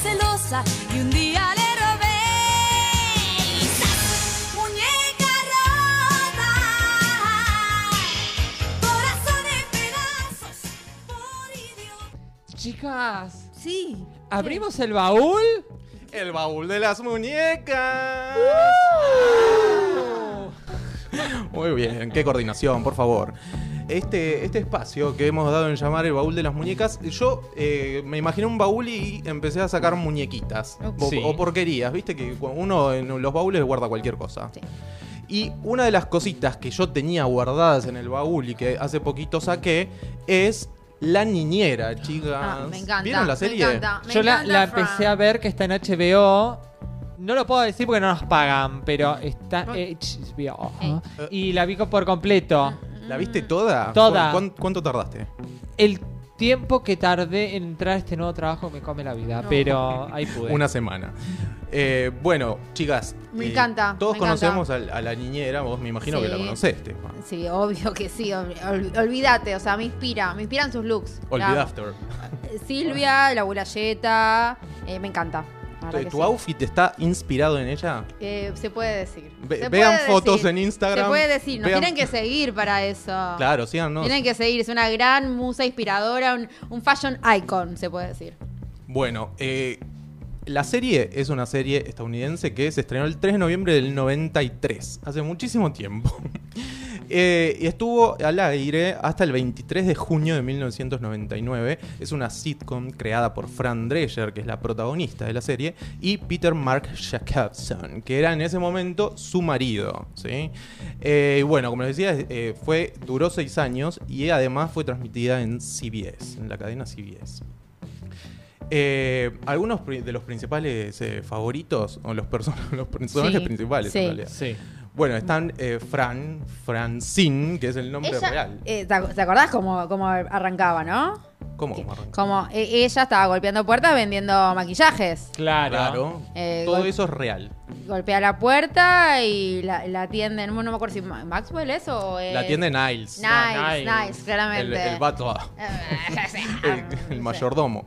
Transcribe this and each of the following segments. casa y un día le robé. ¡Y ¡zas! ¡Muñeca rota! ¡Corazón en pedazos! ¡Por idiota! Chicas, Sí. ¿abrimos el baúl? El baúl de las muñecas. Oh. Oh. Muy bien, qué coordinación, por favor. Este, este espacio que hemos dado en llamar el baúl de las muñecas, yo eh, me imaginé un baúl y empecé a sacar muñequitas Ok. o, Sí. o porquerías, viste que cu- uno en los baúles guarda cualquier cosa. Sí. Y una de las cositas que yo tenía guardadas en el baúl y que hace poquito saqué es la niñera, chicas. Ah, me encanta. ¿Vieron la serie? Me encanta. me Yo la, encanta la Fran. empecé a ver que está en HBO. No lo puedo decir porque no nos pagan, pero está HBO. Eh. Y la vi co- por Ah. completo. Mm. ¿La viste toda? Toda. ¿Cuán- ¿Cuánto tardaste? El tiempo que tardé en entrar a este nuevo trabajo me come la vida, No. pero ahí pude. Una semana. Eh, bueno, chicas. Me eh, encanta, Todos me conocemos a, a la niñera, vos me imagino que Sí. la conocés, Esteban. Sí, obvio que sí. ob- ol- Olvídate, o sea, me inspira. Me inspiran sus looks. La- Olvidaste. Silvia, la Buralleta. eh, me encanta. la verdad Tu, que tu sí. outfit está inspirado en ella? Eh, se puede decir. Ve- Se vean puede fotos decir. en Instagram, Se puede decir. Nos vean- tienen que seguir para eso. Claro, sí, no. Tienen que seguir. Es una gran musa inspiradora, un, un fashion icon, se puede decir. Bueno, eh, la serie es una serie estadounidense que se estrenó el 3 de noviembre del 93, hace muchísimo tiempo. Eh, y estuvo al aire hasta el 23 de junio de 1999. Es una sitcom creada por Fran Drescher, que es la protagonista de la serie, y Peter Mark Jacobson, que era en ese momento su marido. ¿sí? Eh, y bueno, como les decía, eh, fue, duró seis años y además fue transmitida en CBS, en la cadena CBS. Eh, algunos pri- de los principales eh, favoritos, o los, person- los personajes Sí, principales, sí. en realidad. Sí. Bueno, están eh, Fran, Francine, que es el nombre Ella- real. eh, ¿Te ac- te acordás cómo, cómo arrancaba, no? ¿Cómo? Que- cómo arranca? Como eh, ella estaba golpeando puertas vendiendo maquillajes. Claro. Claro. Eh, Todo gol- eso es real. Golpea la puerta y la, la atienden. Bueno, no me acuerdo si Ma- Maxwell es o. eh, La atiende Niles. Nice, Niles. nice, el, claramente. Ah, el vato, el, el mayordomo.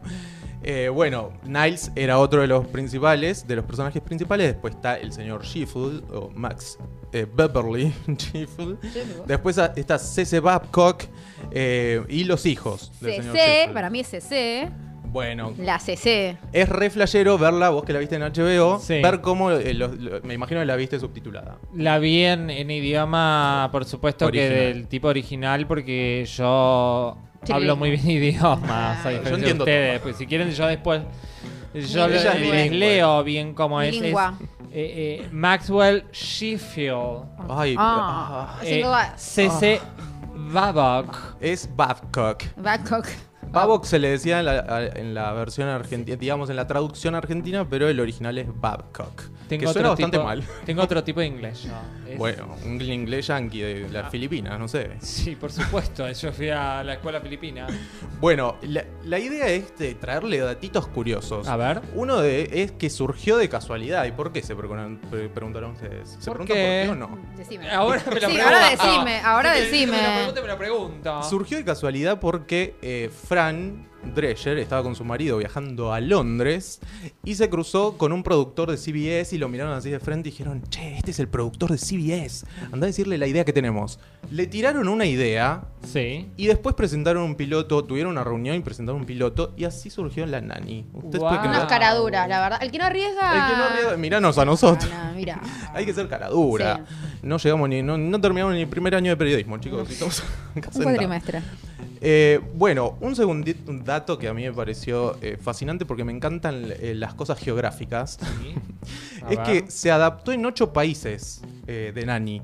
Eh, bueno, Niles era otro de los principales, de los personajes principales. Después está el señor Sheffield, o Max eh, Beverly Sheffield. Después a- está C.C. Babcock eh, y los hijos del señor CC, Sheffield. para mí es CC. Bueno, La CC. Es re flashero verla, vos que la viste en HBO, Sí. ver cómo, eh, los- lo- me imagino que la viste subtitulada. La vi en, en idioma, por supuesto que Original. del tipo original, porque yo Sí. hablo muy bien idiomas. Ah. a Yo diferencia de entiendo ustedes. Pues, si quieren, yo después. Yo Ella le- es les bilingüe. leo bien cómo es. es Bilingüe. eh, eh, Maxwell Sheffield. Ay, Ah. ah. Sí, eh, va- CC Babak. Es Babcock. Babcock. Babcock se le decía en la, a- en la versión argentina, digamos en la traducción argentina, pero el original es Babcock. que suena bastante tipo, mal. Tengo otro tipo de inglés. yo. Es- Ah. Bueno, un inglés yankee de las Filipinas, no sé. Sí, por supuesto. eh, Yo fui a la escuela filipina. Bueno, la, la idea es de traerle datitos curiosos. A ver. Uno de, es que surgió de casualidad. ¿Y por qué? Se preguntan- pre- preguntaron ustedes. ¿Se ¿Por preguntan qué? por qué o no? Decime. Ahora me lo Sí, pregunto. ahora decime, ahora Si me- si decime. Me lo pregunto, me lo pregunto. Surgió de casualidad porque eh, Fran Drescher estaba con su marido viajando a Londres y se cruzó con un productor de CBS y lo miraron así de frente y dijeron, che, este es el productor de CBS, anda a decirle la idea que tenemos. Le tiraron una idea Sí. y después presentaron un piloto, tuvieron una reunión y presentaron un piloto y así surgió la nani. Usted Guau. fue que no- Unos Una- caraduras, la verdad. El que no arriesga. El que no ríe- miranos a nosotros. Ah, no, mira. Hay que ser caradura. No llegamos ni, no, no terminamos ni el primer año de periodismo, chicos. Estamos acá Un sentados. cuatrimestre. Eh, bueno, un segundo dato que a mí me pareció eh, fascinante porque me encantan eh, las cosas geográficas. A es ver. que se adaptó en ocho países eh, de Nani.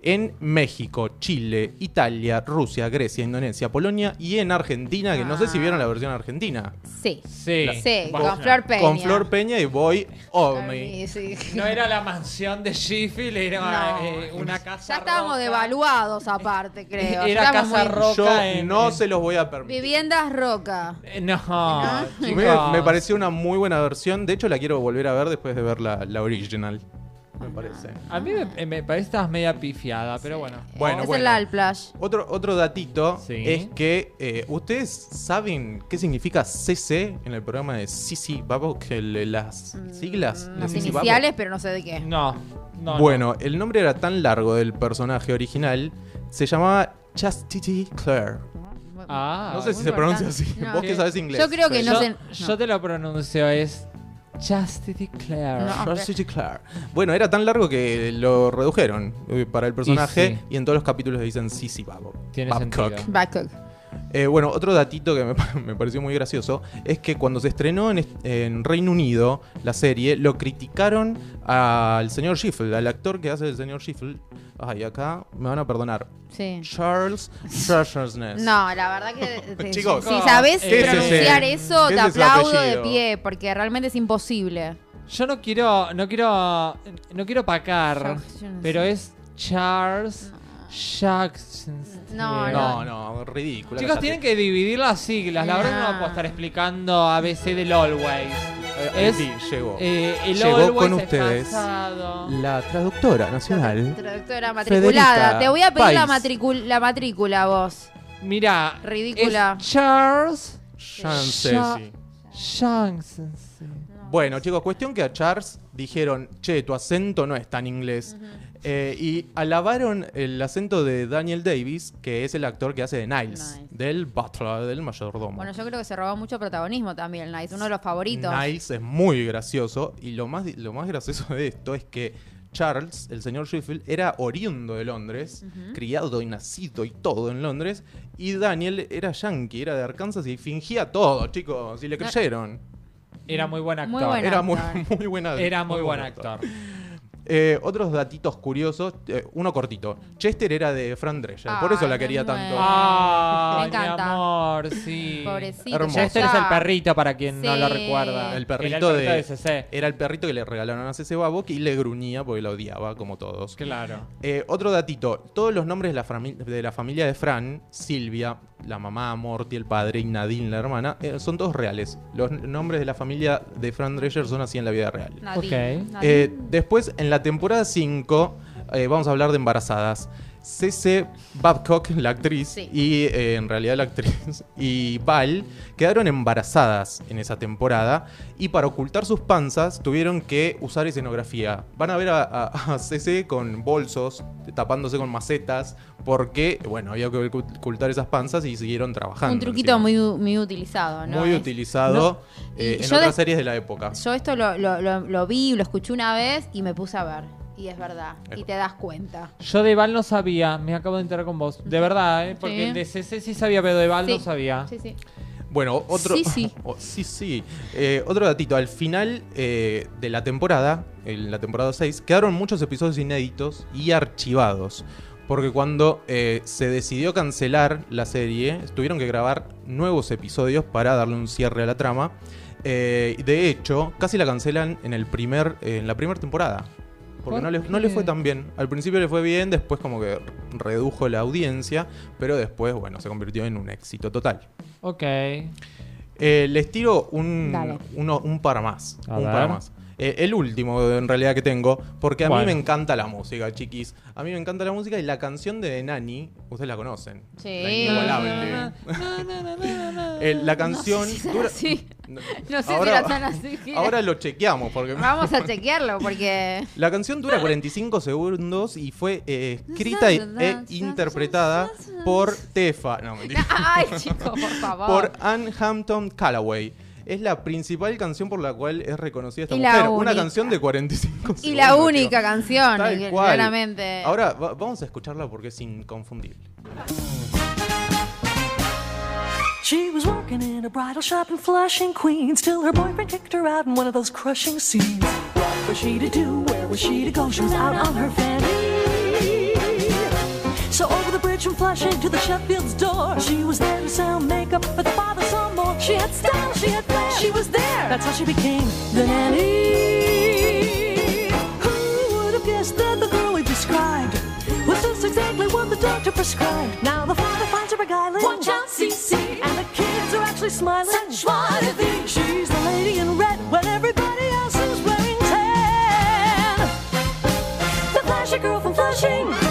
En México, Chile, Italia, Rusia, Grecia, Indonesia, Polonia y en Argentina, que no sé si Ah. vieron la versión argentina. Sí. Sí. Sí, Bueno, con Flor Peña. Con Flor Peña y Boy Omi. Ay, sí. No era la mansión de Sheffield, era No. eh, una casa. Ya estábamos roca. devaluados aparte, creo. Ya Era estábamos casa muy- roca. Yo en- no en- se los voy a permitir. Viviendas roca. Eh, No. Me, chicos. me pareció una muy buena versión. De hecho, la quiero volver a ver después de ver la, la original. me parece. A mí me, me parece que estás media pifiada, pero bueno. Bueno, es bueno. el Alplash. Otro, otro datito Sí. es que eh, ustedes saben qué significa CC en el programa de Sisi Babo, que le- las siglas de Mm, Las Sisi Babo. iniciales, pero no sé de qué. No, no. Bueno, el nombre era tan largo del personaje original, se llamaba Chastity Claire. Ah, no sé muy si se pronuncia importante. así. No. Vos que Sí. sabes inglés. Yo creo que yo, no sé- yo no. te lo pronuncio, es Chastity Claire. No. Chastity Claire. Bueno, era tan largo que lo redujeron eh, para el personaje y, sí. en todos los capítulos le dicen Sissy Babo. Tiene Babcock. sentido. Babcock. Eh, bueno, otro datito que me, pa- me pareció muy gracioso es que cuando se estrenó en, est- en Reino Unido la serie, lo criticaron al señor Schiffel, al actor que hace el señor Schiffel. Ay, acá me van a perdonar. Sí. Charles Schwarzenegger. No, la verdad que te- Chicos, si sabes ¿qué es ese? pronunciar eso, ¿Qué te es ese aplaudo de apellido? pie, porque realmente es imposible. Yo no quiero, no quiero, no quiero pacar, Yo- yo no pero sé. es Charles Jackson. No, No, no, ridículo. Chicos, cállate. tienen que dividir las siglas. La verdad que no No. puedo estar explicando ABC del Always. Eh, es- sí, llegó. Eh, el Llegó Always con es ustedes. pasado. la traductora nacional. Traductora matriculada. Federica Te voy a pedir la, Pais. matricul- la matrícula vos. Mirá, Ridícula. es Charles Chance, Ya- sí. Jackson. Bueno, chicos, cuestión que a Charles dijeron, che, tu acento no es tan inglés. Eh, y alabaron el acento de Daniel Davis, que es el actor que hace de Niles, Niles. del butler, del mayordomo. Bueno, yo creo que se robó mucho protagonismo también, Nice, uno de los favoritos. Niles es muy gracioso y lo más, lo más gracioso de esto es que Charles, el señor Sheffield, era oriundo de Londres, criado y nacido y todo en Londres, y Daniel era yankee, era de Arkansas y fingía todo, chicos, y le creyeron. Era muy buen actor. Muy buen Era muy, actor. muy buena. Era muy buen actor. Eh, otros datitos curiosos, eh, uno cortito. Chester era de Fran Drescher, por eso Ay, la me quería muero. tanto. Ay, Me encanta. mi amor, sí. Pobrecito. Hermoso. ya Chester es el está. perrito, para quien no lo Sí. recuerda. El Era perrito de- CC. Era el perrito que le regalaron a ese babo y le gruñía porque la odiaba, como todos. Claro. Eh, otro datito, todos los nombres de la, frami- de la familia de Fran, Silvia, la mamá, Morty, el padre y Nadine, la hermana, eh, son todos reales. Los n- nombres de la familia de Fran Drescher son así en la vida real. Nadine, Ok. Nadine. Eh, después, en la temporada 5, eh, vamos a hablar de embarazadas. CC Babcock, la actriz, Sí. y eh, en realidad la actriz, y Val quedaron embarazadas en esa temporada y para ocultar sus panzas tuvieron que usar escenografía. Van a ver a, a- a CC con bolsos, tapándose con macetas, porque, bueno, había que ocultar esas panzas y siguieron trabajando. Un truquito encima. muy, u- muy utilizado, ¿no? Muy Es- utilizado Y eh, en yo otras des- series de la época. Yo esto lo, lo, lo- lo vi, lo escuché una vez y me puse a ver. Y es verdad. Es- Y te das cuenta. Yo de Val no sabía, me acabo de enterar con vos. De verdad, ¿eh? Porque Sí. el de CC sí sabía, pero de Val Sí. no sabía. Sí, sí. Bueno, otro. Sí, sí. Oh, sí, sí. Eh, otro datito. Al final eh, de la temporada, en la temporada 6, quedaron muchos episodios inéditos y archivados. Porque cuando eh, se decidió cancelar la serie, tuvieron que grabar nuevos episodios para darle un cierre a la trama. Eh, y de hecho, casi la cancelan en, el primer, eh, en la primera temporada. ¿Por Porque no le, no le qué? fue tan bien. Al principio le fue bien, después como que redujo la audiencia, pero después, bueno, se convirtió en un éxito total. Ok. Eh, les tiro un, Dale. uno- un par más. A un ver. par más. Eh, el último, en realidad, que tengo, porque a ¿Cuál? mí me encanta la música, chiquis. A mí me encanta la música y la canción de Nani, ustedes la conocen. Sí. La inigualable. Eh, la canción. No sé si será dura- así. No- No sé ahora- si era tan así. Gil. Ahora lo chequeamos, porque. Vamos a chequearlo porque. La canción dura 45 segundos y fue eh, escrita y- e interpretada por Tefa. No, mentira. Ay, chico, por favor. por Anne Hampton Callaway. Es la principal canción por la cual es reconocida esta Y la mujer. Una única. canción de 45 segundos. y la tío. única canción, Tal y- cual. claramente. Ahora va- vamos a escucharla porque es inconfundible. She was working in a bridal shop in Flushing, Queens, till her boyfriend kicked her out in one of those crushing scenes. What was she to do? Where was she to go? She was out on her fanny. So over the bridge from Flushing to the Sheffield's door, she was there to sell makeup, but the father saw more. She had style, she had flair, she was there. That's how she became the nanny. Who would have guessed that the girl we described was just exactly what the doctor prescribed? Now the father finds her beguiling. Watch out, CC. And the kids are actually smiling. Such what a thing. She's the lady in red when everybody else is wearing tan. Jingle